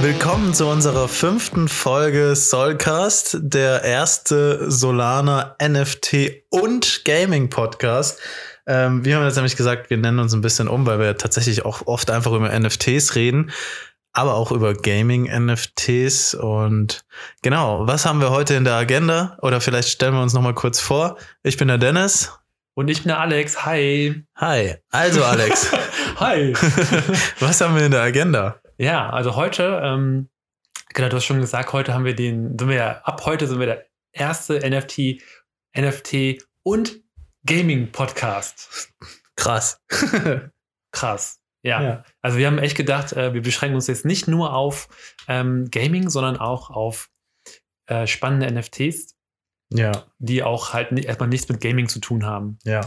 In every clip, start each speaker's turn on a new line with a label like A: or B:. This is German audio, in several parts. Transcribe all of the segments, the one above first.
A: willkommen zu unserer fünften Folge Solcast, der erste Solana NFT und Gaming Podcast. Ähm, wir haben jetzt nämlich gesagt, wir nennen uns ein bisschen um, weil wir tatsächlich auch oft einfach über NFTs reden, aber auch über Gaming-NFTs. Und genau, was haben wir heute in der Agenda? Oder vielleicht stellen wir uns nochmal kurz vor. Ich bin der Dennis.
B: Und ich bin der Alex. Hi.
A: Hi. Also, Alex,
B: Hi.
A: was haben wir in der Agenda?
B: ja, also heute, ähm, genau, du hast schon gesagt, heute haben wir den, sind wir ja, ab heute sind wir der erste NFT, NFT und Gaming Podcast.
A: Krass.
B: Krass. Ja.
A: Ja.
B: Also wir haben echt gedacht, äh, wir beschränken uns jetzt nicht nur auf ähm, Gaming, sondern auch auf äh, spannende NFTs,
A: Ja,
B: die auch halt ni- erstmal nichts mit Gaming zu tun haben.
A: ja.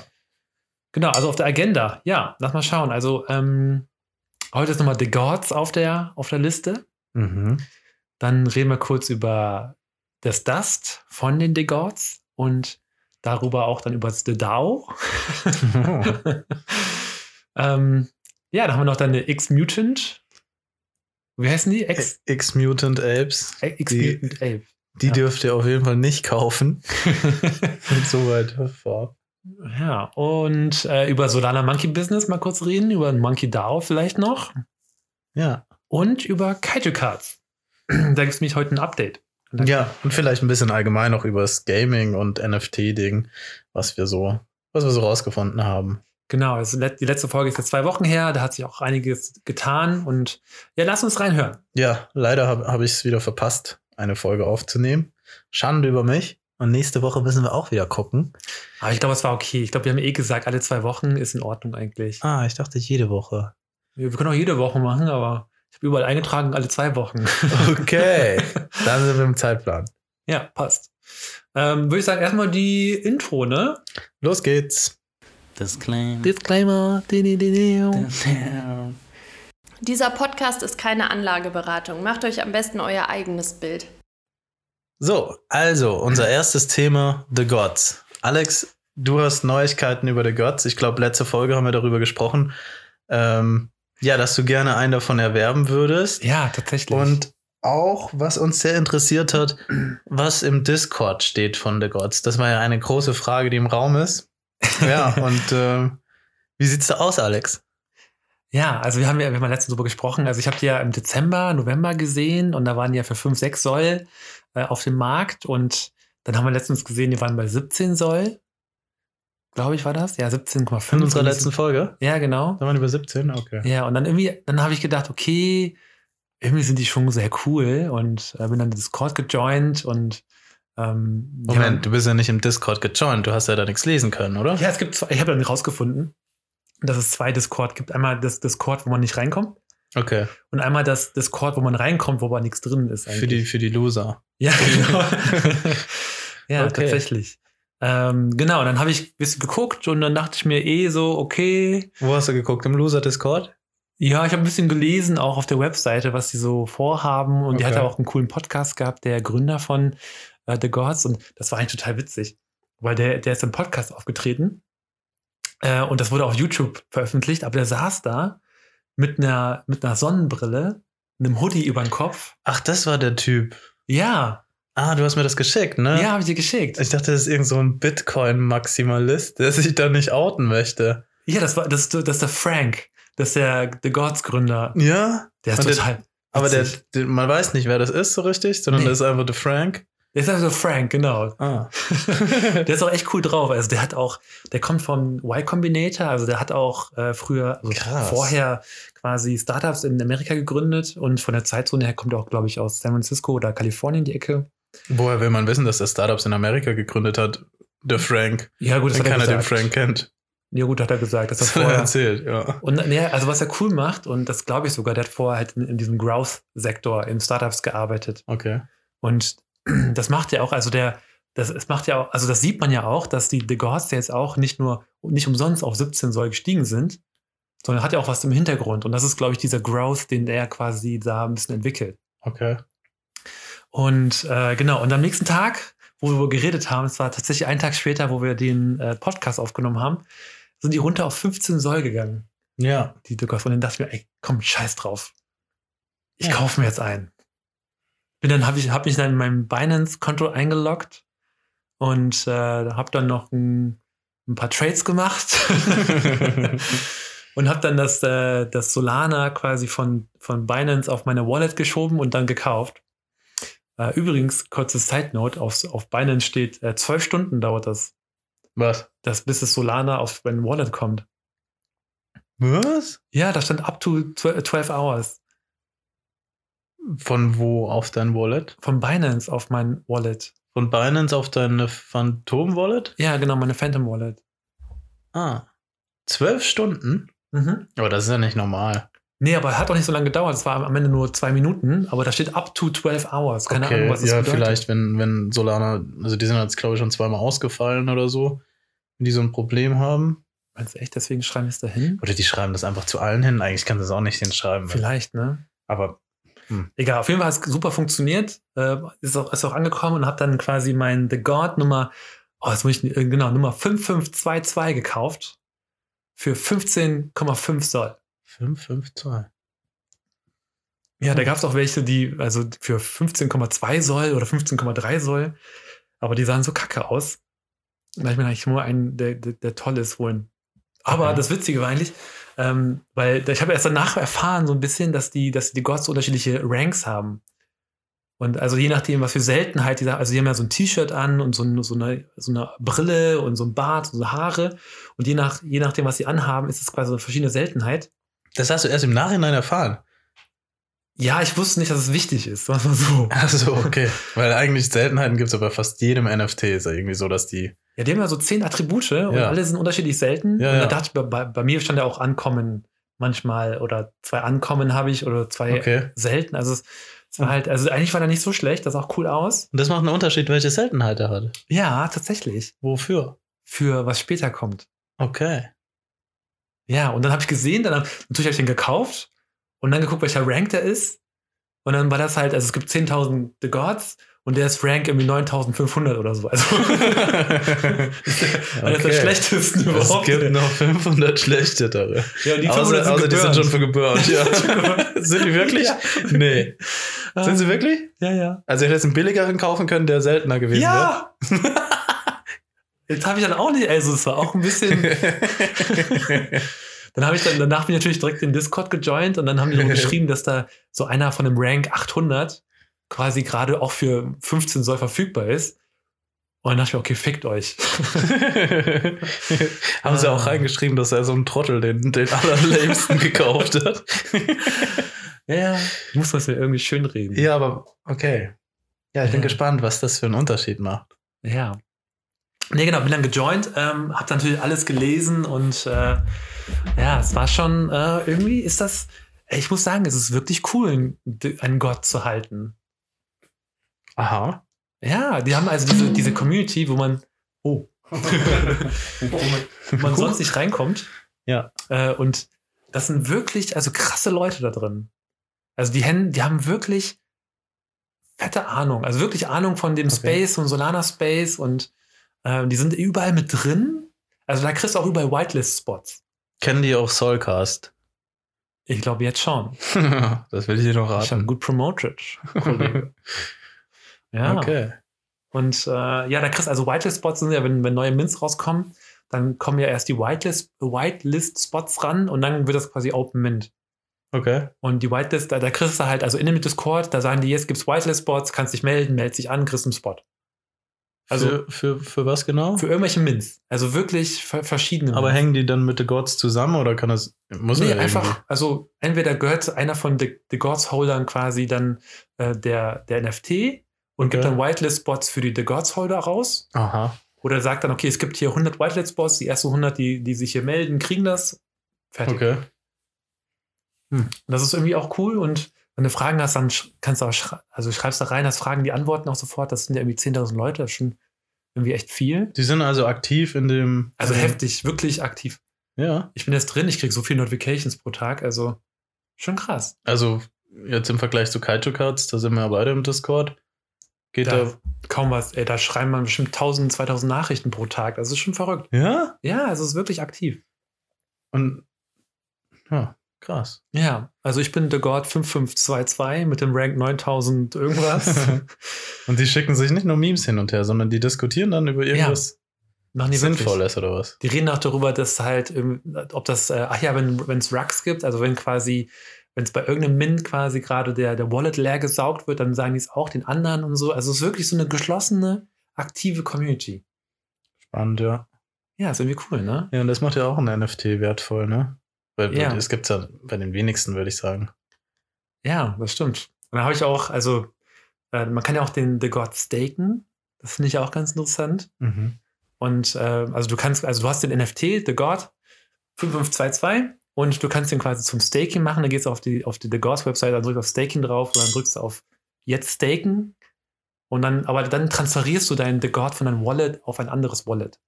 B: Genau, also auf der Agenda. Ja, lass mal schauen. Also ähm, heute ist nochmal The Gods auf der, auf der Liste.
A: Mhm.
B: Dann reden wir kurz über das Dust von den The Gods und darüber auch dann über das The DAO. ähm, ja, dann haben wir noch dann eine X-Mutant. Wie heißen die? X- Äh,
A: X-Mutant Apes.
B: X-Mutant Ape.
A: Die
B: Ja.
A: dürft ihr auf jeden Fall nicht kaufen. Und so weiter vorab.
B: ja, und äh, über Solana Monkey Business mal kurz reden, über ein Monkey DAO vielleicht noch.
A: Ja.
B: und über Kaiju Cards. da gibt es nämlich heute ein Update.
A: Ja, und vielleicht ein bisschen allgemein noch über das Gaming und NFT-Ding, was wir so, was wir so rausgefunden haben.
B: Genau, das let die letzte Folge ist jetzt zwei Wochen her, da hat sich auch einiges getan und ja, lass uns reinhören.
A: Ja, leider habe hab ich es wieder verpasst, eine Folge aufzunehmen. Schande über mich. Und nächste Woche müssen wir auch wieder gucken.
B: Aber ich glaube, es war okay. Ich glaube, wir haben eh gesagt, alle zwei Wochen ist in Ordnung eigentlich.
A: Ah, ich dachte jede Woche.
B: Wir können auch jede Woche machen, aber ich habe überall eingetragen, alle zwei Wochen.
A: Okay, dann sind wir im Zeitplan.
B: ja, passt. Ähm, Würde ich sagen, erstmal die Intro, ne?
A: Los geht's.
C: Disclaim.
B: Disclaimer.
C: Disclaim.
D: Dieser Podcast ist keine Anlageberatung. Macht euch am besten euer eigenes Bild.
A: So, also unser erstes Thema, The Gods. Alex, du hast Neuigkeiten über The Gods. Ich glaube, letzte Folge haben wir darüber gesprochen. Ähm, ja, dass du gerne einen davon erwerben würdest.
B: Ja, tatsächlich.
A: Und auch, was uns sehr interessiert hat, was im Discord steht von The Gods. Das war ja eine große Frage, die im Raum ist. Ja, und ähm, wie sieht's da aus, Alex?
B: Ja, also wir haben ja, wir haben ja letztens darüber gesprochen. Also ich habe die ja im Dezember, November gesehen und da waren die ja für 5, 6 Soll äh, auf dem Markt und dann haben wir letztens gesehen, die waren bei 17 Soll. Glaube ich, war das? Ja, 17,5.
A: In unserer letzten Folge?
B: Ja, genau.
A: Da waren wir über 17, okay.
B: Ja, und dann irgendwie, dann habe ich gedacht, okay, irgendwie sind die schon sehr cool und äh, bin dann in Discord gejoint und ähm, die haben-
A: Moment, du bist ja nicht im Discord gejoint, du hast ja da nichts lesen können, oder?
B: Ja, es gibt zwei, ich habe dann rausgefunden, dass es zwei Discord gibt. Einmal das Discord, wo man nicht reinkommt.
A: Okay.
B: Und einmal das Discord, wo man reinkommt, wo aber nichts drin ist eigentlich.
A: Für die, für die Loser.
B: ja, genau. ja,
A: Okay.
B: tatsächlich. Ähm, genau, dann habe ich ein bisschen geguckt und dann dachte ich mir eh so, okay,
A: Wo hast du geguckt? Im Loser Discord?
B: ja, ich habe ein bisschen gelesen auch auf der Webseite, was die so vorhaben und die
A: Okay.
B: hatte auch einen coolen Podcast gehabt, der Gründer von äh, The Gods und das war eigentlich total witzig, weil der, der ist im Podcast aufgetreten äh, und das wurde auf YouTube veröffentlicht, aber der saß da mit einer, mit einer Sonnenbrille, einem Hoodie über den Kopf.
A: Ach, das war der Typ.
B: Ja,
A: Ah, du hast mir das geschickt, ne?
B: Ja, habe ich dir geschickt.
A: Ich dachte, das ist irgend so ein Bitcoin-Maximalist, der sich da nicht outen möchte.
B: Ja, das war das, das ist der Frank, das ist der The Gods Gründer.
A: Ja?
B: Der ist
A: Und der-
B: total.
A: Aber der,
B: witzig.
A: der, man weiß nicht, wer das ist so richtig, sondern
B: Nee.
A: das ist einfach der Frank.
B: der ist also Frank, genau.
A: Ah.
B: Der ist auch echt cool drauf. Also der hat auch, der kommt vom Y Combinator, also der hat auch äh, früher, also
A: Krass.
B: vorher quasi Startups in Amerika gegründet und von der Zeitzone her kommt er auch, glaube ich, aus San Francisco oder Kalifornien die Ecke.
A: Woher will man wissen, dass er Startups in Amerika gegründet hat? Der Frank.
B: Ja, gut, das
A: Wenn
B: hat er
A: keiner den
B: gesagt.
A: Frank kennt.
B: Ja, gut, hat er gesagt. Das,
A: Das hat
B: war
A: er
B: vorher.
A: erzählt, ja.
B: Und nee, also was er cool macht, und das glaube ich sogar, der hat vorher halt in, in diesem Growth-Sektor, in Startups gearbeitet.
A: Okay.
B: Und das macht ja auch, also der, das, es macht ja auch, also das sieht man ja auch, dass die The Gods ja jetzt auch nicht nur, nicht umsonst auf 17 Soll gestiegen sind, sondern hat ja auch was im Hintergrund. Und das ist, glaube ich, dieser Growth, den der quasi da ein bisschen entwickelt.
A: Okay.
B: Und äh, genau, und am nächsten Tag, wo wir geredet haben, es war tatsächlich einen Tag später, wo wir den äh, Podcast aufgenommen haben, sind die runter auf 15 Soll gegangen.
A: Ja.
B: Die The Gods. Und dann dachte ich mir, ey, komm, scheiß drauf. ich
A: Ja.
B: kaufe mir jetzt einen. Bin dann habe ich hab mich dann in meinem Binance-Konto eingeloggt und äh, habe dann noch ein, ein paar Trades gemacht und habe dann das, äh, das Solana quasi von, von Binance auf meine Wallet geschoben und dann gekauft. Äh, übrigens, kurze Side-Note, auf, auf Binance steht, äh, zwölf Stunden dauert das,
A: Was?
B: dass bis das Solana auf meine Wallet kommt.
A: Was?
B: Ja, da stand up to 12 hours.
A: Von wo auf dein Wallet?
B: von Binance auf mein Wallet.
A: Von Binance auf deine Phantom-Wallet?
B: Ja, genau, meine Phantom Wallet.
A: Ah. Zwölf Stunden?
B: Mhm.
A: Aber das ist ja nicht normal.
B: Nee, aber hat auch nicht so lange gedauert. Es war am Ende nur zwei Minuten, aber da steht up to 12 hours. Keine
A: okay,
B: Ahnung, was das
A: ja,
B: bedeutet.
A: vielleicht, wenn, wenn Solana, also die sind jetzt, glaube ich, schon zweimal ausgefallen oder so, wenn die so ein Problem haben.
B: Meinst du echt, deswegen schreiben wir es dahin?
A: Oder die schreiben das einfach zu allen hin. Eigentlich kannst du das auch nicht hinschreiben.
B: Vielleicht, ne?
A: Aber
B: Egal, auf jeden Fall hat es super funktioniert. Äh, ist, auch, ist auch angekommen und habe dann quasi mein The God Nummer, oh, jetzt muss ich, äh, genau, Nummer 5522 gekauft. Für 15,5 Soll.
A: 552.
B: Ja, da gab es auch welche, die also für 15,2 Soll oder 15,3 Soll, aber die sahen so kacke aus. Da hab ich mir gedacht, ich muss einen, der, der, der toll ist, holen. Aber
A: Okay.
B: das Witzige war eigentlich, ähm, weil ich habe erst danach erfahren, so ein bisschen, dass die, dass die Gods unterschiedliche Ranks haben. Und also je nachdem, was für Seltenheit die da, also die haben ja so ein T-Shirt an und so, ein- so, eine, so eine Brille und so ein Bart, so Haare. Und je, nach, je nachdem, was sie anhaben, ist es quasi eine verschiedene Seltenheit.
A: Das hast du erst im Nachhinein erfahren.
B: Ja, ich wusste nicht, dass es wichtig ist, sagen wir mal so.
A: Also okay. Weil eigentlich Seltenheiten gibt es aber fast jedem NFT. Ist ja irgendwie so, dass die.
B: Ja, die haben ja so zehn Attribute und
A: Ja.
B: alle sind unterschiedlich selten.
A: Ja,
B: und da
A: ja.
B: dachte ich, bei- bei, bei mir stand ja auch Ankommen manchmal oder zwei Ankommen habe ich oder zwei
A: Okay.
B: selten. Also es, es war halt, also eigentlich war der nicht so schlecht, das sah auch cool aus.
A: Und das macht einen Unterschied, welche Seltenheit er hat.
B: Ja, tatsächlich.
A: Wofür?
B: Für was später kommt.
A: Okay.
B: Ja, und dann habe ich gesehen, dann hab, natürlich habe ich den gekauft und dann geguckt, welcher Rank der ist. Und dann war das halt, also es gibt 10.000 The Gods und der ist Rank irgendwie 9.500 oder so. Also okay. das ist der
A: Okay.
B: schlechtesten
A: Es
B: überhaupt.
A: gibt noch 500 schlechtere.
B: ja, die
A: Außer, außer die sind schon vergebürnt. Ja. sind die wirklich?
B: Ja.
A: Nee. Sind
B: sie
A: sie wirklich?
B: Ah, Ja, ja.
A: Also ich hätte jetzt einen billigeren kaufen können, der seltener gewesen
B: Ja! Jetzt habe ich dann auch nicht, also es war auch ein bisschen.
A: wäre.
B: Dann habe ich dann, danach bin ich natürlich direkt in Discord gejoint und dann haben die noch geschrieben, dass da so einer von dem Rank 800 quasi gerade auch für 15 Soll verfügbar ist. Und dann dachte ich mir, okay, fickt euch.
A: Haben sie
B: Ah.
A: auch reingeschrieben, dass er so einen Trottel den, den allerlämsten gekauft hat.
B: Ja. Ich muss das mir irgendwie schön reden.
A: Ja, aber okay. Ja, ich bin
B: Ja.
A: gespannt, was das für einen Unterschied macht.
B: Ja. Nee, genau, bin dann gejoint, ähm, hab dann natürlich alles gelesen und äh, ja, es war schon, äh, irgendwie ist das, ich muss sagen, es ist wirklich cool, einen- einen Gott zu halten.
A: Aha.
B: Ja, die haben also diese, diese Community, wo man, oh, wo man, wo man sonst nicht reinkommt.
A: Ja.
B: Äh, und das sind wirklich, also krasse Leute da drin. Also die, Hen- die haben wirklich fette Ahnung, also wirklich Ahnung von dem
A: Okay.
B: Space und Solana Space und äh, die sind überall mit drin. Also da kriegst du auch überall Whitelist-Spots.
A: Kennen die auch Soulcast?
B: Ich glaube jetzt schon.
A: das will ich dir noch
B: Ich habe
A: raten.
B: gut promoted. Kollege. Ja.
A: Okay.
B: Und äh, ja, da kriegst also Whitelist-Spots sind ja, wenn, wenn neue Mints rauskommen, dann kommen ja erst die Whitelist- Whitelist-Spots ran und dann wird das quasi Open Mint.
A: Okay.
B: Und die Whitelist, da, da kriegst du halt, also in dem Discord, da sagen die, jetzt gibt's Whitelist-Spots, kannst dich melden, meldest dich an, kriegst einen Spot. Also-
A: Also für, für, für was genau?
B: Für irgendwelche Mints. Also wirklich ver verschiedene.
A: aber
B: Mints.
A: hängen die dann mit The Gods zusammen oder kann das. Muss
B: Nee,
A: er
B: einfach, also entweder gehört einer von The, The Gods Holdern quasi dann äh, der, der NFT und
A: Okay.
B: gibt dann Whitelist-Spots für die The Gods Holder raus.
A: irgendwie- Aha.
B: Oder sagt dann, okay, es gibt hier 100 Whitelist-Bots, die ersten 100, die, die sich hier melden, kriegen das. Fertig.
A: Okay.
B: Und das ist irgendwie auch cool und wenn du Fragen hast, dann sch- kannst du auch schre also schreibst da rein, hast Fragen, die antworten auch sofort. Das sind ja irgendwie 10.000 Leute, das ist schon irgendwie echt viel.
A: Die sind also aktiv in dem.
B: Also
A: in dem-
B: heftig, wirklich aktiv.
A: Ja.
B: Ich bin jetzt drin, ich krieg so viele Notifications pro Tag, also schon krass.
A: Also jetzt im Vergleich zu Kaiju Cards, da sind wir ja beide im Discord. Geht
B: Da,
A: da.
B: kaum was, ey, da schreiben man bestimmt 1000, 2000 Nachrichten pro Tag. Das ist schon verrückt.
A: Ja?
B: Ja, also es ist wirklich aktiv.
A: Und. Ja. Krass.
B: Ja, also ich bin The God 5522 mit dem Rank 9000 irgendwas.
A: Und die schicken sich nicht nur Memes hin und her, sondern die diskutieren dann über irgendwas
B: Machen die sinnvoll.
A: Sinnvolles oder was.
B: Die reden auch darüber, dass halt, ähm, ob das, äh, ach ja, wenn es Rucks gibt, also wenn quasi, wenn es bei irgendeinem Mint quasi gerade der, der Wallet leer gesaugt wird, dann sagen die es auch den anderen und so. Also es ist wirklich so eine geschlossene, aktive Community.
A: Spannend, ja.
B: Ja, ist irgendwie cool, ne?
A: Ja, und das macht ja auch ein NFT wertvoll, ne? Weil
B: Ja.
A: es gibt ja bei den wenigsten, würde ich sagen.
B: Ja, das stimmt. Und da habe ich auch, also äh, man kann ja auch den The God staken. Das finde ich auch ganz interessant. Und äh, also du kannst, also du hast den NFT, The God 5522 und du kannst den quasi zum Staking machen. Dann gehst du auf die, auf die The Gods Website, dann drückst du auf Staking drauf und dann drückst du auf Jetzt Staken. Und dann, aber dann transferierst du deinen The God von deinem Wallet auf ein anderes Wallet.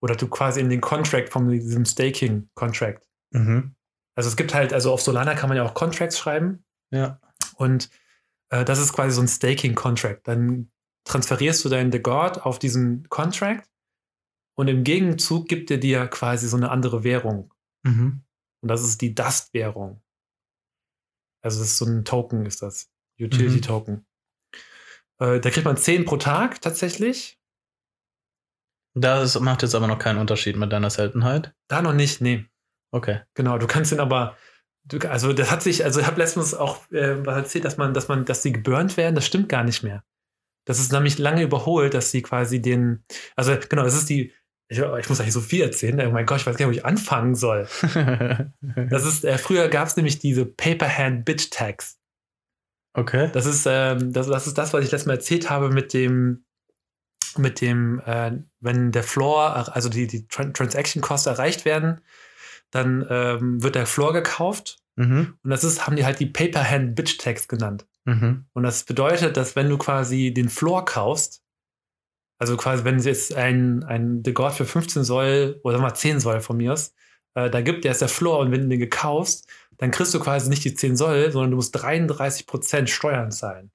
B: Oder du quasi in den Contract von diesem Staking-Contract.
A: Mhm.
B: Also es gibt halt, also auf Solana kann man ja auch Contracts schreiben.
A: Ja.
B: Und äh, das ist quasi so ein Staking-Contract. Dann transferierst du deinen The God auf diesen Contract und im Gegenzug gibt er dir quasi so eine andere Währung.
A: Mhm.
B: Und das ist die Dust-Währung. Also das ist so ein Token, ist das. Utility-Token. Äh, da kriegt man 10 pro Tag tatsächlich.
A: Das macht jetzt aber noch keinen Unterschied mit deiner Seltenheit.
B: Da noch nicht, nee.
A: Okay.
B: Genau, du kannst ihn aber, du, also das hat sich, also ich habe letztens auch äh, was erzählt, dass man, dass man, dass die geburnt werden, das stimmt gar nicht mehr. Das ist nämlich lange überholt, dass sie quasi den, also genau, das ist die, ich, ich muss eigentlich so viel erzählen, oh mein Gott, ich weiß gar nicht, wo ich anfangen soll. Das ist, äh, früher gab es nämlich diese Paperhand-Bitch-Tags.
A: okay.
B: Das ist, ähm, das, das ist das, was ich letztes Mal erzählt habe mit dem, mit dem, äh, wenn der Floor, also die, die Tran- Transaction-Kosten erreicht werden, dann ähm, wird der Floor gekauft
A: Mhm.
B: und das ist, haben die halt die Paper-Hand-Bitch-Tags genannt.
A: Mhm.
B: Und das bedeutet, dass wenn du quasi den Floor kaufst, also quasi, wenn es jetzt ein, ein The God für 15 Soll oder sagen wir mal 10 Soll von mir ist, äh, da gibt der ist der Floor und wenn du den gekaufst, dann kriegst du quasi nicht die 10 Soll, sondern du musst 33% Steuern zahlen.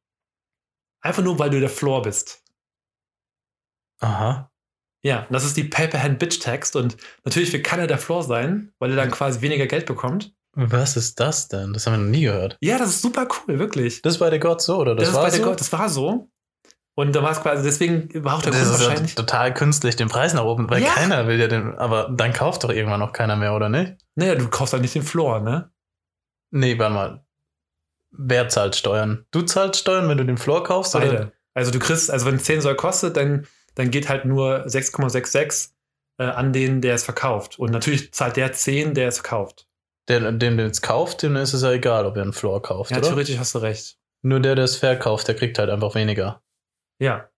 B: Einfach nur, weil du der Floor bist.
A: Aha.
B: Ja, und das ist die Paper-Hand-Bitch-Text und natürlich will keiner der Floor sein, weil er dann quasi weniger Geld bekommt.
A: Was ist das denn? Das haben wir noch nie gehört.
B: Ja, das ist super cool, wirklich.
A: Das war der Gott so, oder?
B: Das,
A: Das, war
B: bei
A: so?
B: The God, das war so. Und da war es quasi, deswegen war auch der
A: das
B: Grund
A: ist halt ja
B: wahrscheinlich.
A: total künstlich, den Preis nach oben, weil
B: Ja.
A: keiner will ja den. Aber dann kauft doch irgendwann noch keiner mehr, oder nicht?
B: Naja, du kaufst halt nicht den Floor, ne?
A: Nee, warte mal. Wer zahlt Steuern? Du zahlst Steuern, wenn du den Floor kaufst? Oder?
B: Beide. Also du kriegst, also wenn es 10 Soll kostet, dann, dann geht halt nur 6,66 äh, an den, der es verkauft. Und natürlich zahlt der 10, der es verkauft.
A: Der, dem, der es kauft, dem ist es ja egal, ob er einen Floor kauft,
B: Ja,
A: oder?
B: theoretisch hast du recht.
A: Nur der, der es verkauft, der kriegt halt einfach weniger.
B: Ja.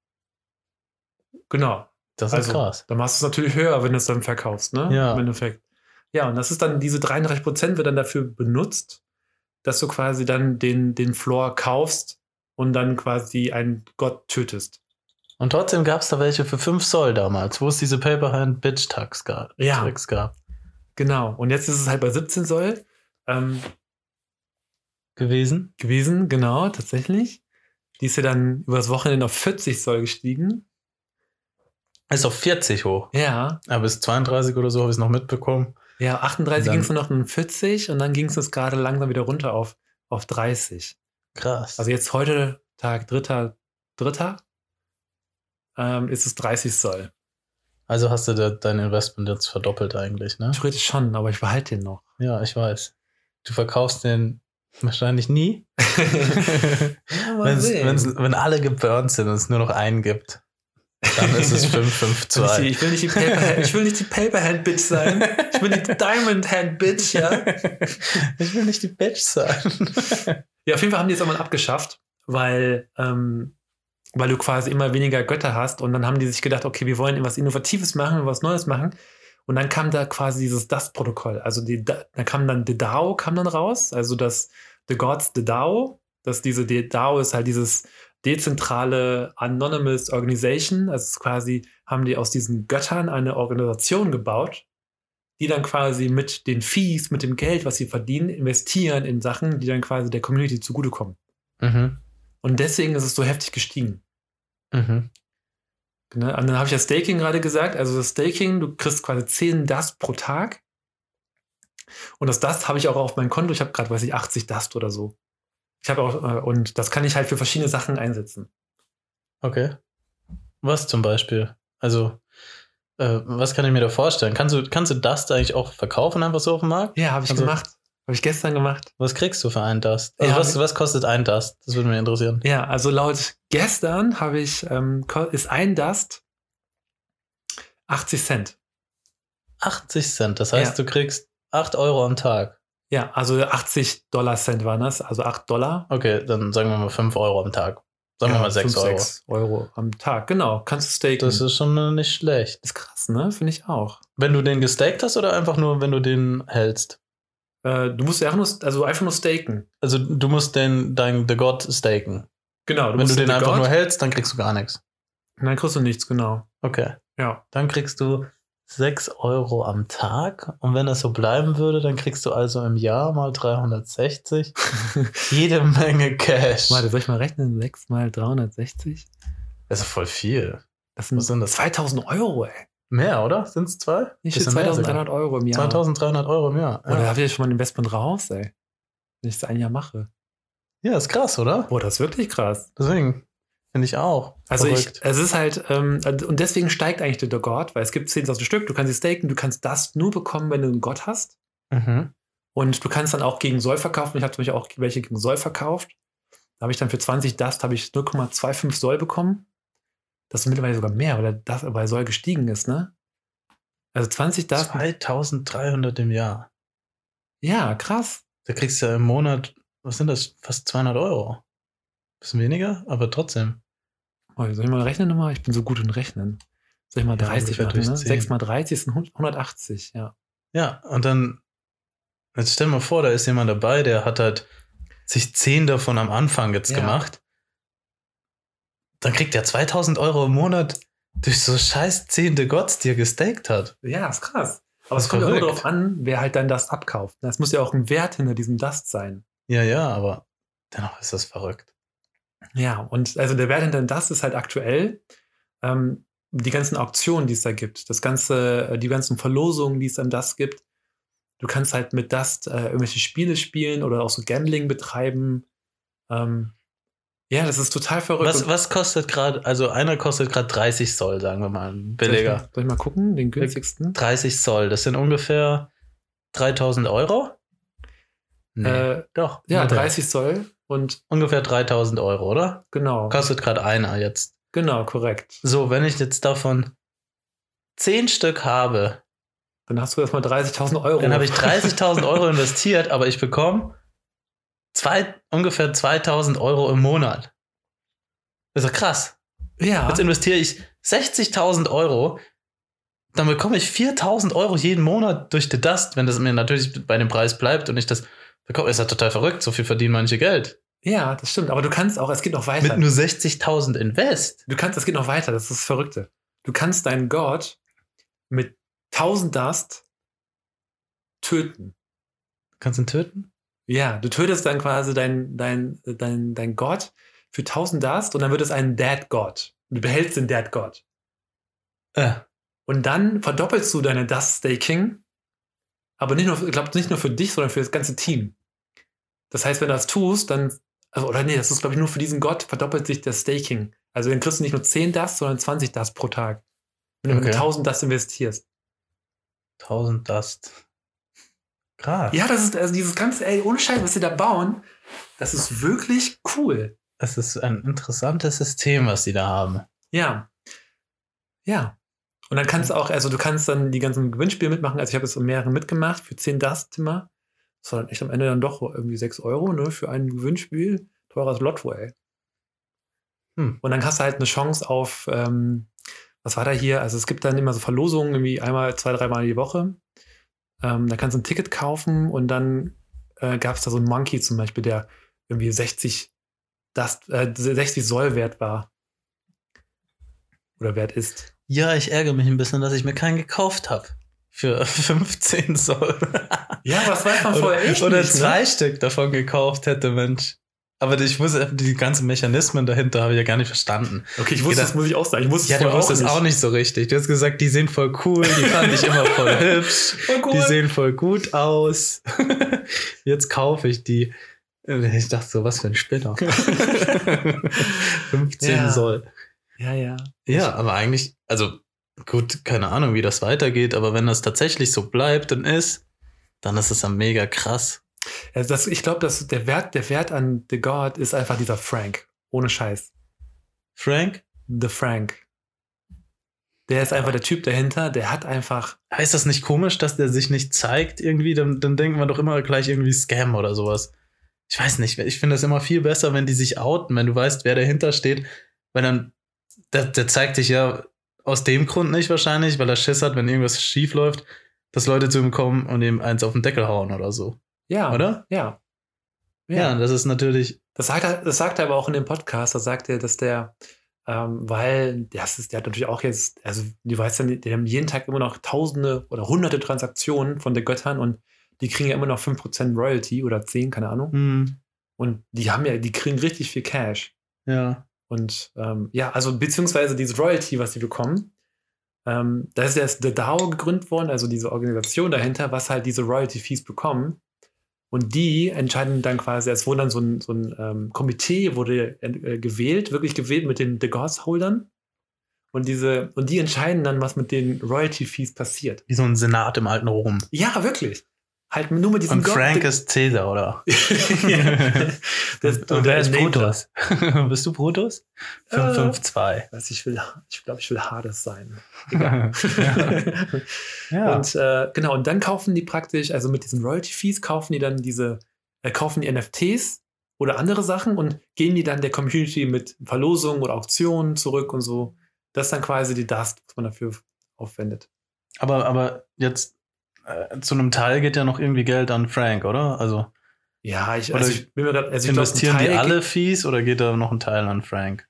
B: Genau.
A: Das
B: Also-
A: ist krass.
B: Dann machst du es natürlich höher, wenn du es dann verkaufst, ne?
A: Ja.
B: Im Endeffekt. Ja, und das ist dann, diese 33 Prozent wird dann dafür benutzt, dass du quasi dann den, den Floor kaufst und dann quasi einen Gott tötest.
A: Und trotzdem gab es da welche für 5 Soll damals, wo es diese Paperhand-Bitch-Tags gab.
B: Ja.
A: Tags gab.
B: Genau. Und jetzt ist es halt bei 17 Soll ähm,
A: Gewesen.
B: gewesen, genau, tatsächlich. Die ist ja dann übers Wochenende auf 40 Soll gestiegen.
A: Ist auf 40 hoch.
B: Ja,
A: Aber bis 32 oder so habe ich es noch mitbekommen.
B: ja, 38
A: Dann-
B: ging es nur noch um 40 und dann ging es jetzt gerade langsam wieder runter auf, auf 30.
A: Krass.
B: Also jetzt heute, Tag dritter, dritter, ähm, ist es 30 Soll.
A: Also hast du da dein Investment jetzt verdoppelt eigentlich, ne?
B: Theoretisch schon, aber ich behalte den noch.
A: Ja, ich weiß. Du verkaufst den wahrscheinlich nie. Wenn's, wenn's, wenn alle geburnt sind und es nur noch einen gibt, dann ist es
B: Will Also ich, die,
A: 552.
B: ich, will nicht die Paper, ich will nicht die Paperhand-Bitch sein. Ich will die Diamond-Hand-Bitch, ja.
A: ich will nicht die Bitch sein.
B: Ja, auf jeden Fall haben die es aber abgeschafft, weil, ähm, weil du quasi immer weniger Götter hast. Und dann haben die sich gedacht, okay, wir wollen was Innovatives machen, was Neues machen. Und dann kam da quasi dieses Das-Protokoll. Also die, da da kam dann The DAO kam dann raus, also das The Gods The DAO. Das diese The DAO ist halt dieses dezentrale Anonymous Organization. Also es ist quasi haben die aus diesen Göttern eine Organisation gebaut, die dann quasi mit den Fees, mit dem Geld, was sie verdienen, investieren in Sachen, die dann quasi der Community zugutekommen.
A: mhm.
B: Und deswegen ist es so heftig gestiegen.
A: Mhm.
B: Ne? Und dann habe ich ja Staking gerade gesagt. Also das Staking, du kriegst quasi 10 DAS pro Tag. Und das Dust habe ich auch auf meinem Konto. Ich habe gerade, weiß ich, 80 Dust oder so. Ich habe auch, äh, und das kann ich halt für verschiedene Sachen einsetzen.
A: Okay. Was zum Beispiel? Also, äh, was kann ich mir da vorstellen? Kannst du, kannst du Dust eigentlich auch verkaufen, einfach so auf dem Markt?
B: Ja, habe ich
A: Also-
B: gemacht. Habe ich gestern gemacht.
A: Was kriegst du für einen Dust? Also
B: Ja,
A: was,
B: wir-
A: was kostet ein Dust? Das würde mich interessieren.
B: Ja, also laut gestern habe ich, ähm, ko- ist ein Dust 80 Cent.
A: 80 Cent. Das heißt, du kriegst 8 Euro am Tag.
B: Ja, also 80 Dollar Cent waren das, also 8 Dollar.
A: Okay, dann sagen wir mal 5 Euro am Tag. Sagen
B: ja,
A: wir mal 6
B: fünf,
A: Euro.
B: sechs Euro am Tag, genau. Kannst du staken.
A: Das ist schon äh, nicht schlecht.
B: Ist krass, ne? Finde ich auch.
A: Wenn du den gestaked hast oder einfach nur, wenn du den hältst?
B: Äh, du musst ja einfach nur, also einfach nur staken.
A: Also du musst den, dein The God staken.
B: Genau,
A: wenn du
B: musst
A: den
B: in
A: einfach
B: God-
A: nur hältst, dann kriegst du gar nichts.
B: Dann kriegst du nichts, genau.
A: Okay.
B: Ja.
A: Dann kriegst du 6 Euro am Tag. Und wenn das so bleiben würde, dann kriegst du also im Jahr mal 360 jede Menge Cash.
B: Warte, soll ich mal rechnen? 6 mal 360?
A: Das ist voll viel.
B: Das sind,
A: Was sind das?
B: 2000 Euro, ey.
A: Mehr, oder? Sind es zwei?
B: Nicht
A: Bisschen mehr sogar.
B: 2100 Euro im Jahr.
A: 2300 Euro im Jahr.
B: Oder
A: Ja.
B: habe ich ja schon mein Investment raus, ey. Wenn ich das ein Jahr mache.
A: ja, ist krass, oder?
B: Boah, das ist wirklich krass.
A: Deswegen finde ich auch.
B: Also ich,
A: verrückt.
B: es ist halt, ähm, und deswegen steigt eigentlich der Gott, weil es gibt 10.000 Stück, du kannst sie staken, du kannst das nur bekommen, wenn du einen Gott hast.
A: Mhm.
B: Und du kannst dann auch gegen Soll verkaufen. Ich habe zum Beispiel auch welche gegen Soll verkauft. Da habe ich dann für 20 Dust habe ich 0,25 Soll bekommen. Das ist mittlerweile sogar mehr, weil das weil Soll gestiegen ist, ne? Also 20 Dust.
A: 2300 im Jahr.
B: Ja, krass.
A: Da kriegst du ja im Monat, was sind das? Fast 200 Euro. Bisschen weniger, aber trotzdem.
B: Oh, soll ich mal rechnen nochmal? Ich bin so gut in Rechnen. Soll ich mal
A: Ja,
B: 30
A: ungefähr
B: machen, ne?
A: durch 10.
B: 6 mal 30 sind 180, ja.
A: Ja, und dann, jetzt stell mal vor, da ist jemand dabei, der hat halt sich 10 davon am Anfang jetzt
B: Ja.
A: gemacht. Dann kriegt er 2000 Euro im Monat durch so scheiß 10 The Gods, die er gestaked hat.
B: Ja, ist krass. Aber
A: Das
B: es kommt ja auch
A: verrückt.
B: darauf an, wer halt dann Dust abkauft. Es muss ja auch ein Wert hinter diesem Dust sein.
A: Ja, ja, aber dennoch ist das verrückt.
B: Ja, und also der Wert hinter dem Dust ist halt aktuell ähm, die ganzen Auktionen, die es da gibt, das ganze, äh, die ganzen Verlosungen, die es am Dust gibt. Du kannst halt mit Dust äh, irgendwelche Spiele spielen oder auch so Gambling betreiben. Ähm, ja, das ist total verrückt.
A: Was,
B: Und-
A: was kostet gerade, also einer kostet gerade 30 Soll, sagen wir mal,
B: soll ich, mal,
A: billiger.
B: soll ich mal gucken, den günstigsten?
A: 30 Soll, das sind ungefähr 3000 Euro? Nee,
B: Äh,
A: doch.
B: ja,
A: ungefähr.
B: 30 Zoll und
A: Ungefähr 3000 Euro, oder?
B: genau,
A: Kostet gerade einer jetzt.
B: genau, korrekt.
A: So, wenn ich jetzt davon 10 Stück habe,
B: Dann hast du erstmal 30.000 Euro.
A: dann habe ich 30.000 Euro investiert, aber ich bekomme zwei, ungefähr 2000 Euro im Monat. Das ist doch krass.
B: Ja.
A: Jetzt investiere ich 60.000 Euro, dann bekomme ich 4.000 Euro jeden Monat durch The Dust, wenn das mir natürlich bei dem Preis bleibt und ich das bekomme. Ist ja total verrückt, so viel verdienen manche Geld.
B: Ja, das stimmt. Aber du kannst auch, es geht noch weiter.
A: Mit nur 60.000 Invest.
B: Du kannst, es geht noch weiter. Das ist das Verrückte. Du kannst deinen Gott mit 1000 Dust töten.
A: Kannst du ihn töten?
B: Ja, du tötest dann quasi deinen dein, dein, dein Gott für 1000 Dust und dann wird es ein Dead God. Du behältst den Dead God.
A: Äh,
B: Und dann verdoppelst du deine Dust Staking. Aber nicht nur, ich glaube, nicht nur für dich, sondern für das ganze Team. Das heißt, wenn du das tust, dann, also, oder nee, das ist, glaube ich, nur für diesen Gott verdoppelt sich das Staking. Also dann kriegst du nicht nur 10 Dust, sondern 20 Dust pro Tag. Wenn du mit
A: Okay.
B: 1000 Dust investierst.
A: 1.000 Dust. Krass.
B: Ja, das ist, also dieses ganze, ey, ohne Scheiß, was sie da bauen, das ist wirklich cool.
A: Das ist ein interessantes System, was die da haben.
B: Ja. Ja. Und dann kannst du auch, also du kannst dann die ganzen Gewinnspiele mitmachen. Also ich habe jetzt in mehreren mitgemacht für 10 Dust immer. Das war dann echt am Ende dann doch irgendwie 6 Euro ne, für ein Gewinnspiel. Teures Lotto, ey.
A: Hm.
B: Und dann hast du halt eine Chance auf, ähm, was war da hier? Also es gibt dann immer so Verlosungen, irgendwie einmal, zwei, dreimal die Woche. Ähm, da kannst du ein Ticket kaufen und dann äh, gab es da so einen Monkey zum Beispiel, der irgendwie 60, Dust, äh, 60 Soll wert war. Oder wert ist.
A: Ja, ich ärgere mich ein bisschen, dass ich mir keinen gekauft habe. Für 15 Soll.
B: Ja, was weiß man
A: oder
B: vorher echt
A: oder
B: nicht. ne?
A: zwei Stück davon gekauft hätte, Mensch. Aber ich muss äh, die ganzen Mechanismen dahinter habe ich ja gar nicht verstanden.
B: Okay, ich wusste,
A: Jeder-
B: das muss ich auch sagen. Ich wusste
A: Genau. Ja,
B: es
A: du
B: vorher
A: wusstest
B: auch
A: auch
B: nicht.
A: nicht so richtig. Du hast gesagt, die sind voll cool, die fand ich immer voll hübsch,
B: Voll Oh, cool.
A: die sehen voll gut aus. Jetzt kaufe ich die. Äh, Ich dachte so, was für ein Spinner. 15
B: Ja.
A: Soll.
B: ja, ja.
A: Ja, aber eigentlich, also gut, keine Ahnung, wie das weitergeht, aber wenn das tatsächlich so bleibt und ist, dann ist es ja mega krass.
B: Also das, ich glaube, dass der Wert, der Wert an The God ist einfach dieser Frank. Ohne Scheiß.
A: Frank,
B: The Frank. Der ist einfach der Typ dahinter, der hat einfach.
A: heißt das nicht komisch, dass der sich nicht zeigt irgendwie? Dann, dann denken wir doch immer gleich irgendwie Scam oder sowas. Ich weiß nicht, ich finde das immer viel besser, wenn die sich outen, wenn du weißt, wer dahinter steht, weil dann, der, der zeigt dich ja aus dem Grund nicht wahrscheinlich, weil er Schiss hat, wenn irgendwas schief läuft, dass Leute zu ihm kommen und ihm eins auf den Deckel hauen oder so,
B: Ja.
A: oder?
B: Ah, Ja.
A: Ja, das ist natürlich,
B: Das sagt, er, das sagt er aber auch in dem Podcast, da sagt er, dass der, ähm, weil das ist, der hat natürlich auch jetzt, also du weißt ja, die haben jeden Tag immer noch tausende oder hunderte Transaktionen von den Göttern und die kriegen ja immer noch 5% Royalty oder 10, keine Ahnung.
A: hm,
B: Und die haben ja, die kriegen richtig viel Cash.
A: ja.
B: Und ähm, ja, also beziehungsweise diese Royalty, was die bekommen, ähm, da ist erst der DAO gegründet worden, also diese Organisation dahinter, was halt diese Royalty-Fees bekommen. Und die entscheiden dann quasi, es wurde dann so ein, so ein ähm, Komitee wurde äh, gewählt, wirklich gewählt mit den The Gods Holdern. Und diese, und die entscheiden dann, was mit den Royalty-Fees passiert.
A: Wie so ein Senat im alten Rom.
B: Ja, wirklich. Halt nur mit diesem
A: Und
B: Gott-
A: Frank ist Caesar, oder?
B: Ja. Das-
A: und wer ist
B: Nature.
A: Brutus? Bist du Brutus?
B: Äh.
A: 552.
B: Weiß Ich, will- ich glaube, ich will Hades sein.
A: Ja. ja.
B: Und äh, genau, und dann kaufen die praktisch, also mit diesen Royalty-Fees kaufen die dann diese, äh, kaufen die NFTs oder andere Sachen und gehen die dann der Community mit Verlosungen oder Auktionen zurück und so. Das ist dann quasi die Dust, was man dafür aufwendet.
A: aber, aber jetzt äh, zu einem Teil geht ja noch irgendwie Geld an Frank, oder? Also
B: Ja, ich,
A: Oder
B: also ich bin mir grad, also ich glaub, ein
A: investieren
B: Teil-
A: die alle Fees oder geht da noch ein Teil an Frank?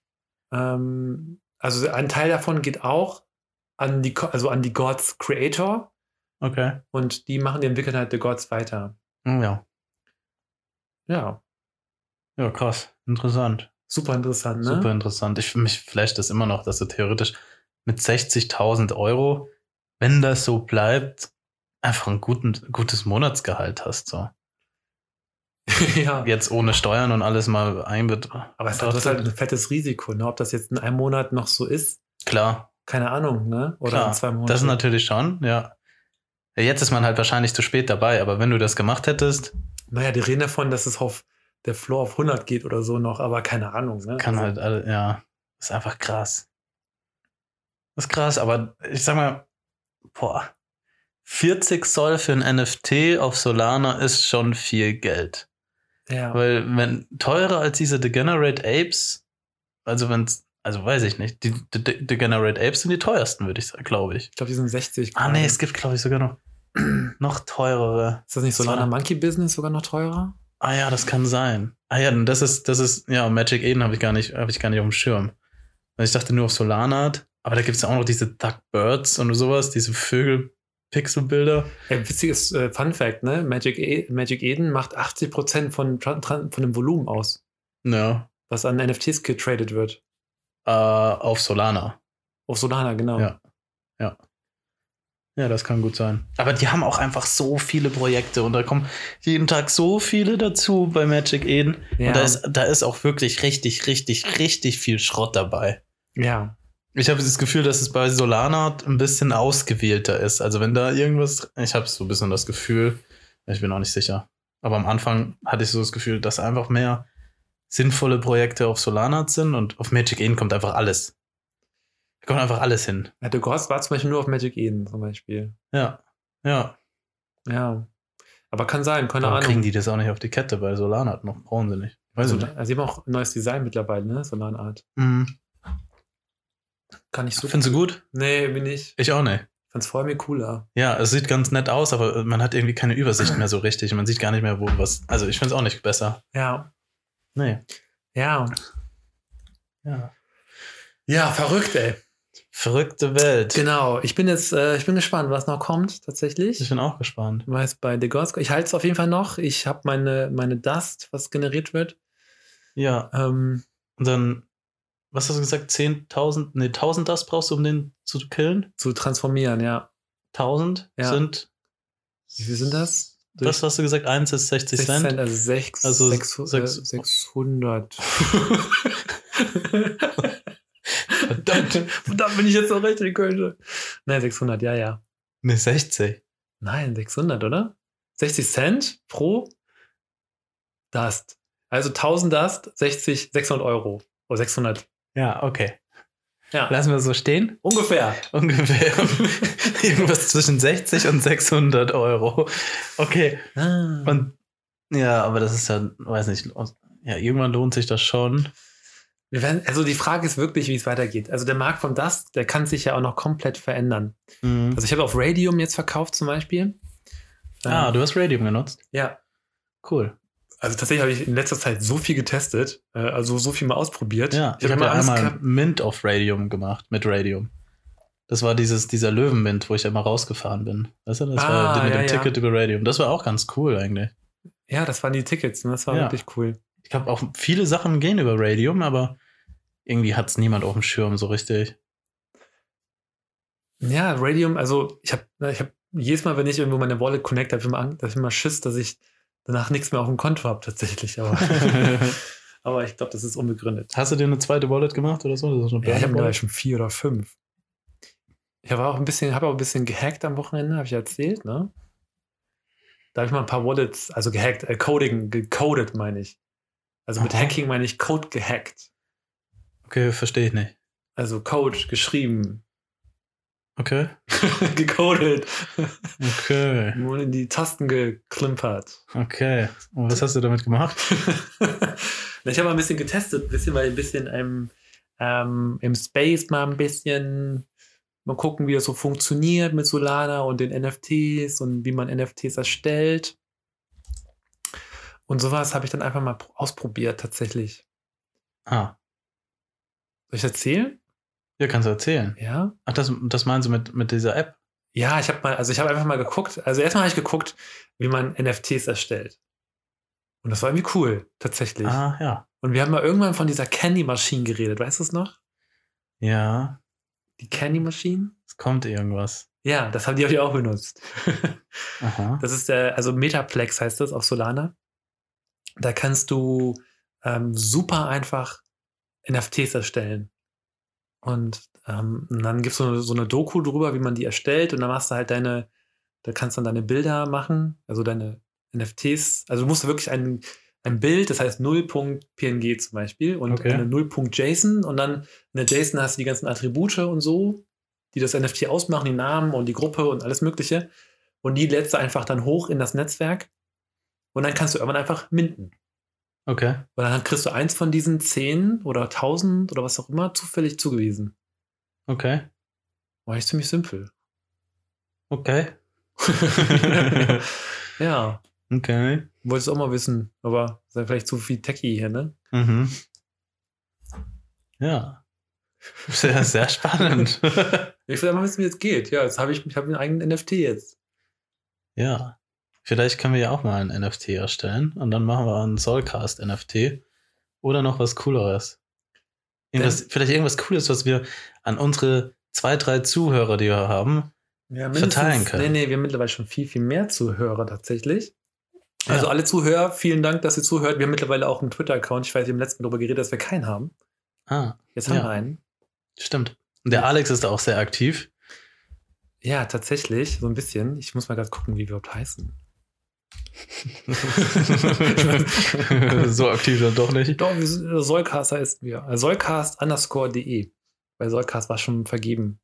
B: Ähm, also ein Teil davon geht auch an die, Co- also an die Gods Creator
A: Okay.
B: und die machen, die entwickeln halt die Gods weiter.
A: Hm, Ja.
B: Ja,
A: Ja, krass. Interessant.
B: super interessant, ne?
A: Super interessant. Ich, mich flasht das immer noch, dass du theoretisch mit 60.000 Euro, wenn das so bleibt, einfach ein guten, gutes Monatsgehalt hast. So.
B: ja.
A: Jetzt ohne Steuern und alles mal einbetrachtet.
B: Aber es hat das ist halt ein fettes Risiko, ne? Ob das jetzt in einem Monat noch so ist,
A: Klar,
B: keine Ahnung, ne? Oder
A: Klar,
B: in zwei Monaten.
A: das halt ist natürlich schon, ja. Jetzt ist man halt wahrscheinlich zu spät dabei, aber wenn du das gemacht hättest,
B: naja, die reden davon, dass es auf der Floor auf 100 geht oder so noch, aber keine Ahnung, ne?
A: kann
B: Also,
A: halt alle, ja, ist einfach krass. Ist krass, aber ich sag mal, boah, 40 Soll für ein NFT auf Solana ist schon viel Geld.
B: Ja,
A: Weil wenn teurer als diese Degenerate Apes, also wenn's, also weiß ich nicht, die De De Degenerate Apes sind die teuersten, würde ich sagen, glaube ich.
B: ich glaube, die sind 60.
A: Ah
B: gerade.
A: nee, es gibt glaube ich sogar noch noch teurere.
B: ist das nicht Solana Monkey Business sogar noch teurer?
A: Ah ja, das kann sein. Ah ja, dann das ist das ist ja Magic Eden habe ich gar nicht habe ich gar nicht auf dem Schirm. Also ich dachte nur auf Solana, aber da gibt es ja auch noch diese Duck Birds und sowas, diese Vögel Pixelbilder.
B: Ey, witziges äh, Fun Fact, ne? Magic, E- Magic Eden macht 80% von, Tran- Tran- von dem Volumen aus,
A: Ja,
B: was an NFTs getradet wird.
A: äh, auf Solana.
B: Auf Solana, genau.
A: Ja. Ja, das kann gut sein. Aber die haben auch einfach so viele Projekte und da kommen jeden Tag so viele dazu bei Magic Eden.
B: Ja.
A: Und da ist, da ist auch wirklich richtig, richtig, richtig viel Schrott dabei.
B: ja.
A: Ich habe das Gefühl, dass es bei Solana ein bisschen ausgewählter ist. Also wenn da irgendwas, ich habe so ein bisschen das Gefühl, ich bin auch nicht sicher. Aber am Anfang hatte ich so das Gefühl, dass einfach mehr sinnvolle Projekte auf Solana sind und auf Magic Eden kommt einfach alles. Da kommt einfach alles hin.
B: Ja, Du Ghost war zum Beispiel nur auf Magic Eden zum Beispiel.
A: Ja, ja.
B: Ja. Aber kann sein, keine
A: Warum
B: Ahnung.
A: kriegen die das auch nicht auf die Kette bei Solana noch? Brauchen sie nicht. Weiß
B: Also,
A: ich nicht.
B: also sie haben auch ein neues Design mittlerweile, ne? So eine Art.
A: Mhm.
B: Kann ich super.
A: Findest du gut?
B: Nee, bin ich.
A: Ich auch nicht.
B: Fand's vorher mir cooler.
A: Ja, es sieht ganz nett aus, aber man hat irgendwie keine Übersicht mehr so richtig. Man sieht gar nicht mehr, wo was. Also ich finde es auch nicht besser.
B: Ja.
A: Nee.
B: Ja.
A: Ja.
B: Ja, verrückt, ey.
A: Verrückte Welt.
B: Genau. Ich bin jetzt, äh, ich bin gespannt, was noch kommt, tatsächlich.
A: Ich bin auch gespannt.
B: weiß bei The Gods. Ich halte es auf jeden Fall noch. Ich habe meine, meine Dust, was generiert wird.
A: Ja,
B: Ähm,
A: und dann, was hast du gesagt? 10.000, nee, 1000 das brauchst du, um den zu killen?
B: zu transformieren, ja.
A: 1000
B: Ja.
A: sind,
B: Wie viel sind das?
A: das hast du gesagt, eins ist 60
B: 6
A: Cent.
B: Cent, also 6,
A: Also
B: sechs,
A: sechs-
B: äh, 600. verdammt, verdammt, bin ich jetzt noch recht in Köln. Nein, 600, ja, ja.
A: Nee, 60.
B: Nein, 600, oder? 60 Cent pro Dust. Also 1000 Dust, 60, 600 Euro. Oh, Oder 600.
A: Ja, okay.
B: Ja,
A: Lassen wir es so stehen.
B: ungefähr.
A: Ungefähr. Irgendwas zwischen 60 und 600 Euro. Okay.
B: Und
A: Und ja, aber das ist ja, weiß nicht, ja, irgendwann lohnt sich das schon.
B: wir werden, also die Frage ist wirklich, wie es weitergeht. Also der Markt von Dust, der kann sich ja auch noch komplett verändern.
A: Mhm.
B: Also ich habe auf Radium jetzt verkauft zum Beispiel.
A: Ah,
B: Ähm,
A: du hast Radium genutzt.
B: ja.
A: Cool.
B: Also tatsächlich habe ich in letzter Zeit so viel getestet, äh, also so viel mal ausprobiert.
A: Ja, ich
B: hab
A: habe
B: immer
A: ja
B: Angst
A: einmal
B: gehabt-
A: Mint auf Radium gemacht, mit Radium. Das war dieses, dieser Löwenmint, wo ich einmal rausgefahren bin. Weißt du, das
B: Ah,
A: war mit
B: ja,
A: dem
B: ja.
A: Ticket über Radium. Das war auch ganz cool eigentlich.
B: Ja, das waren die Tickets, ne? das war
A: Ja.
B: wirklich cool.
A: Ich glaube, auch viele Sachen gehen über Radium, aber irgendwie hat es niemand auf dem Schirm so richtig.
B: Ja, Radium, also ich habe ich hab jedes Mal, wenn ich irgendwo meine Wallet connect, habe ich immer Angst, hab ich immer Schiss, dass ich danach nichts mehr auf dem Konto habe tatsächlich. Aber, aber ich glaube, das ist unbegründet.
A: Hast du dir eine zweite Wallet gemacht oder so? Das ist eine
B: Ja, ich habe
A: Börsenwallet?
B: glaube ich schon vier oder fünf. Ich habe auch ein bisschen, habe auch ein bisschen gehackt am Wochenende, habe ich ja erzählt, ne? Da habe ich mal ein paar Wallets, also gehackt, äh, Coding, gecodet meine ich. Also mit
A: Aha.
B: Hacking meine ich Code gehackt.
A: okay, verstehe ich nicht.
B: Also Code geschrieben,
A: Okay.
B: gecodet,
A: Okay.
B: nur in die Tasten geklimpert.
A: Okay. Und was hast du damit gemacht?
B: Na, ich habe mal ein bisschen getestet, ein bisschen, weil ein bisschen im, ähm, im Space mal ein bisschen mal gucken, wie das so funktioniert mit Solana und den NFTs und wie man NFTs erstellt. Und sowas habe ich dann einfach mal pro- ausprobiert, tatsächlich.
A: Ah.
B: Soll ich erzählen?
A: Ja, kannst du erzählen.
B: Ja.
A: Ach, das, das meinst du mit, mit dieser App?
B: Ja, ich habe mal, also ich habe einfach mal geguckt, also erstmal habe ich geguckt, wie man NFTs erstellt. Und das war irgendwie cool, tatsächlich.
A: Ah, ja.
B: Und wir haben mal irgendwann von dieser Candy Machine geredet, weißt du es noch?
A: Ja,
B: Die Candy Machine?
A: es kommt irgendwas.
B: Ja, das haben die habe ich auch benutzt.
A: Aha.
B: das ist der, also Metaplex heißt das auf Solana. Da kannst du ähm, super einfach NFTs erstellen. Und, ähm, und dann gibt's so eine, so eine Doku drüber, wie man die erstellt. Und dann machst du halt deine, da kannst du dann deine Bilder machen, also deine NFTs. Also du musst wirklich ein, ein Bild, das heißt 0.png zum Beispiel und
A: Okay.
B: eine 0.json und dann in der JSON hast du die ganzen Attribute und so, die das NFT ausmachen, die Namen und die Gruppe und alles Mögliche. Und die lädst du einfach dann hoch in das Netzwerk und dann kannst du irgendwann einfach minden.
A: Okay.
B: Und dann kriegst du eins von diesen 10 oder 1000 oder was auch immer zufällig zugewiesen.
A: Okay.
B: War eigentlich Oh, ziemlich simpel.
A: Okay.
B: ja,
A: okay.
B: wolltest du auch mal wissen, aber ist ja vielleicht zu viel Techie hier, ne?
A: Mhm. Ja. Sehr, sehr spannend.
B: Ich will einfach wissen, wie es geht. Ja, jetzt habe ich, ich habe einen eigenen NFT jetzt.
A: Ja. Vielleicht können wir ja auch mal ein NFT erstellen und dann machen wir einen Soulcast NFT oder noch was Cooleres. Irgendwas, vielleicht irgendwas Cooles, was wir an unsere zwei, drei Zuhörer, die wir haben.
B: Ja,
A: Verteilen
B: mindestens-
A: können.
B: Nee, nee, wir haben mittlerweile schon viel, viel mehr Zuhörer tatsächlich.
A: Ja.
B: Also alle Zuhörer, vielen Dank, dass ihr zuhört. Wir haben mittlerweile auch einen Twitter-Account. Ich weiß, wir haben im letzten darüber geredet, dass wir keinen haben.
A: Ah,
B: Jetzt haben
A: Ja.
B: wir einen.
A: stimmt. Und der Alex ist auch sehr aktiv.
B: Ja, tatsächlich, so ein bisschen. Ich muss mal gerade gucken, wie wir überhaupt heißen.
A: so aktiv dann doch nicht.
B: Doch, wir sind, äh, Solcast heißen wir. Äh, Solcast underscore de. Weil Solcast war schon vergeben.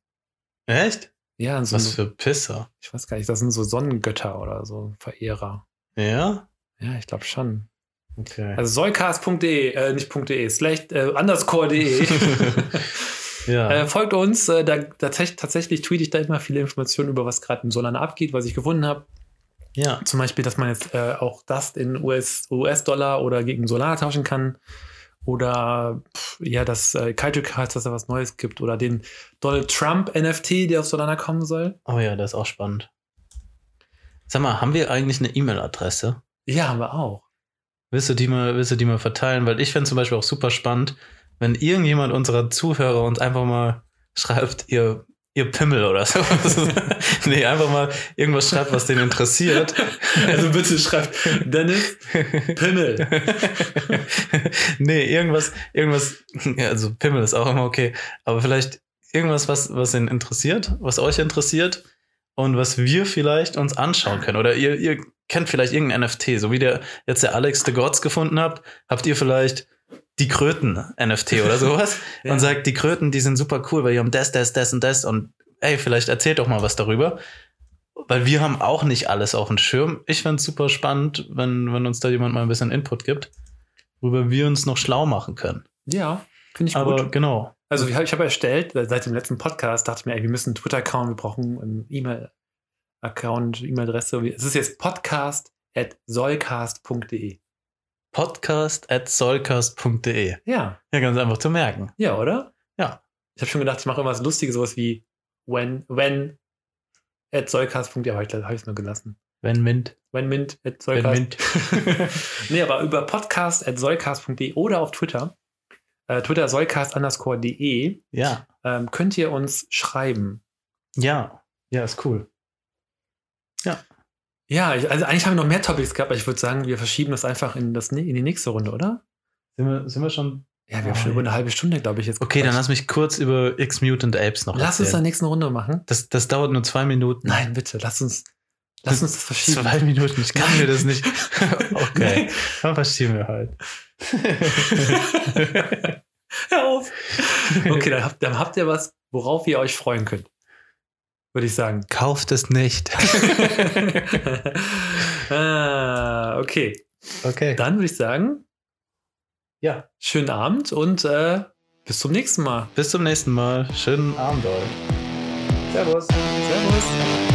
A: Echt?
B: Ja, und so
A: Was für Pisser.
B: ich weiß gar nicht, das sind so Sonnengötter oder so Verehrer.
A: Ja?
B: Ja, ich glaube schon.
A: Okay.
B: Also solcast.de, äh, nicht .de, slash äh, underscore.de.
A: ja.
B: Äh, folgt uns, äh, da, da tech- tatsächlich tweete ich da immer viele Informationen über was gerade im Solana abgeht, was ich gefunden habe.
A: ja.
B: Zum Beispiel, dass man jetzt äh, auch das in US US-Dollar oder gegen Solana tauschen kann. Oder pff, ja, dass äh, Kaiju Cards, dass da was Neues gibt. Oder den Donald Trump NFT, der auf Solana kommen soll.
A: Oh ja, das ist auch spannend. Sag mal, haben wir eigentlich eine E-Mail-Adresse?
B: Ja, haben wir auch.
A: Willst du die mal, willst du die mal verteilen? Weil ich fände zum Beispiel auch super spannend, wenn irgendjemand unserer Zuhörer uns einfach mal schreibt, ihr, ihr Pimmel oder so. nee, einfach mal irgendwas schreibt, was den interessiert.
B: Also bitte schreibt Dennis Pimmel.
A: nee, irgendwas, irgendwas, ja, also Pimmel ist auch immer okay, aber vielleicht irgendwas, was, was ihn interessiert, was euch interessiert und was wir vielleicht uns anschauen können. Oder ihr, ihr kennt vielleicht irgendein NFT, so wie der jetzt der Alex de Gods gefunden habt, habt ihr vielleicht die Kröten-NFT oder sowas
B: Ja.
A: und sagt, die Kröten, die sind super cool, weil die haben das, das, das und das und ey, vielleicht erzählt doch mal was darüber. Weil wir haben auch nicht alles auf dem Schirm. Ich fände es super spannend, wenn, wenn uns da jemand mal ein bisschen Input gibt, worüber wir uns noch schlau machen können.
B: Ja, finde ich
A: Aber
B: gut.
A: genau.
B: Also ich habe ich hab erstellt, äh, seit dem letzten Podcast dachte ich mir, ey, wir müssen einen Twitter-Account, wir brauchen einen E-Mail-Account, E-Mail-Adresse. Wir- Es ist jetzt podcast at solcast.de.
A: Podcast at solcast.de.
B: Ja,
A: Ja, ganz einfach zu merken.
B: ja, oder?
A: Ja.
B: Ich habe schon gedacht, ich mache irgendwas Lustiges, sowas wie when, when at solcast.de, aber ich glaube, habe ich es nur gelassen.
A: Wenn Wind.
B: Wenn Mint at
A: Wenn
B: Solcast. nee, aber über podcast at solcast.de oder auf Twitter, äh, Twitter solcast underscore de,
A: Ja.
B: ähm, könnt ihr uns schreiben.
A: Ja. Ja, ist cool.
B: Ja, ich, also eigentlich haben wir noch mehr Topics gehabt, aber ich würde sagen, wir verschieben das einfach in, das, in die nächste Runde, oder?
A: Sind wir, sind wir schon.
B: Ja, wir haben schon
A: Oh,
B: über eine halbe Stunde, glaube ich, jetzt.
A: Okay, dann
B: gequatscht.
A: lass mich kurz über X-Mutant Apes noch
B: lass uns in der
A: erzählen.
B: nächsten Runde machen.
A: Das, das dauert nur zwei Minuten.
B: Nein, bitte, lass uns, lass uns das verschieben.
A: Zwei Minuten, ich kann mir das nicht. Okay,
B: Okay.
A: dann verschieben wir halt.
B: Hör auf. Okay, dann habt, dann habt ihr was, worauf ihr euch freuen könnt. Würde ich sagen.
A: Kauft es nicht.
B: ah, okay,
A: Okay.
B: dann würde ich sagen,
A: Ja.
B: schönen Abend und äh, bis zum nächsten Mal.
A: Bis zum nächsten Mal. Schönen Abend euch. Servus.
B: Servus.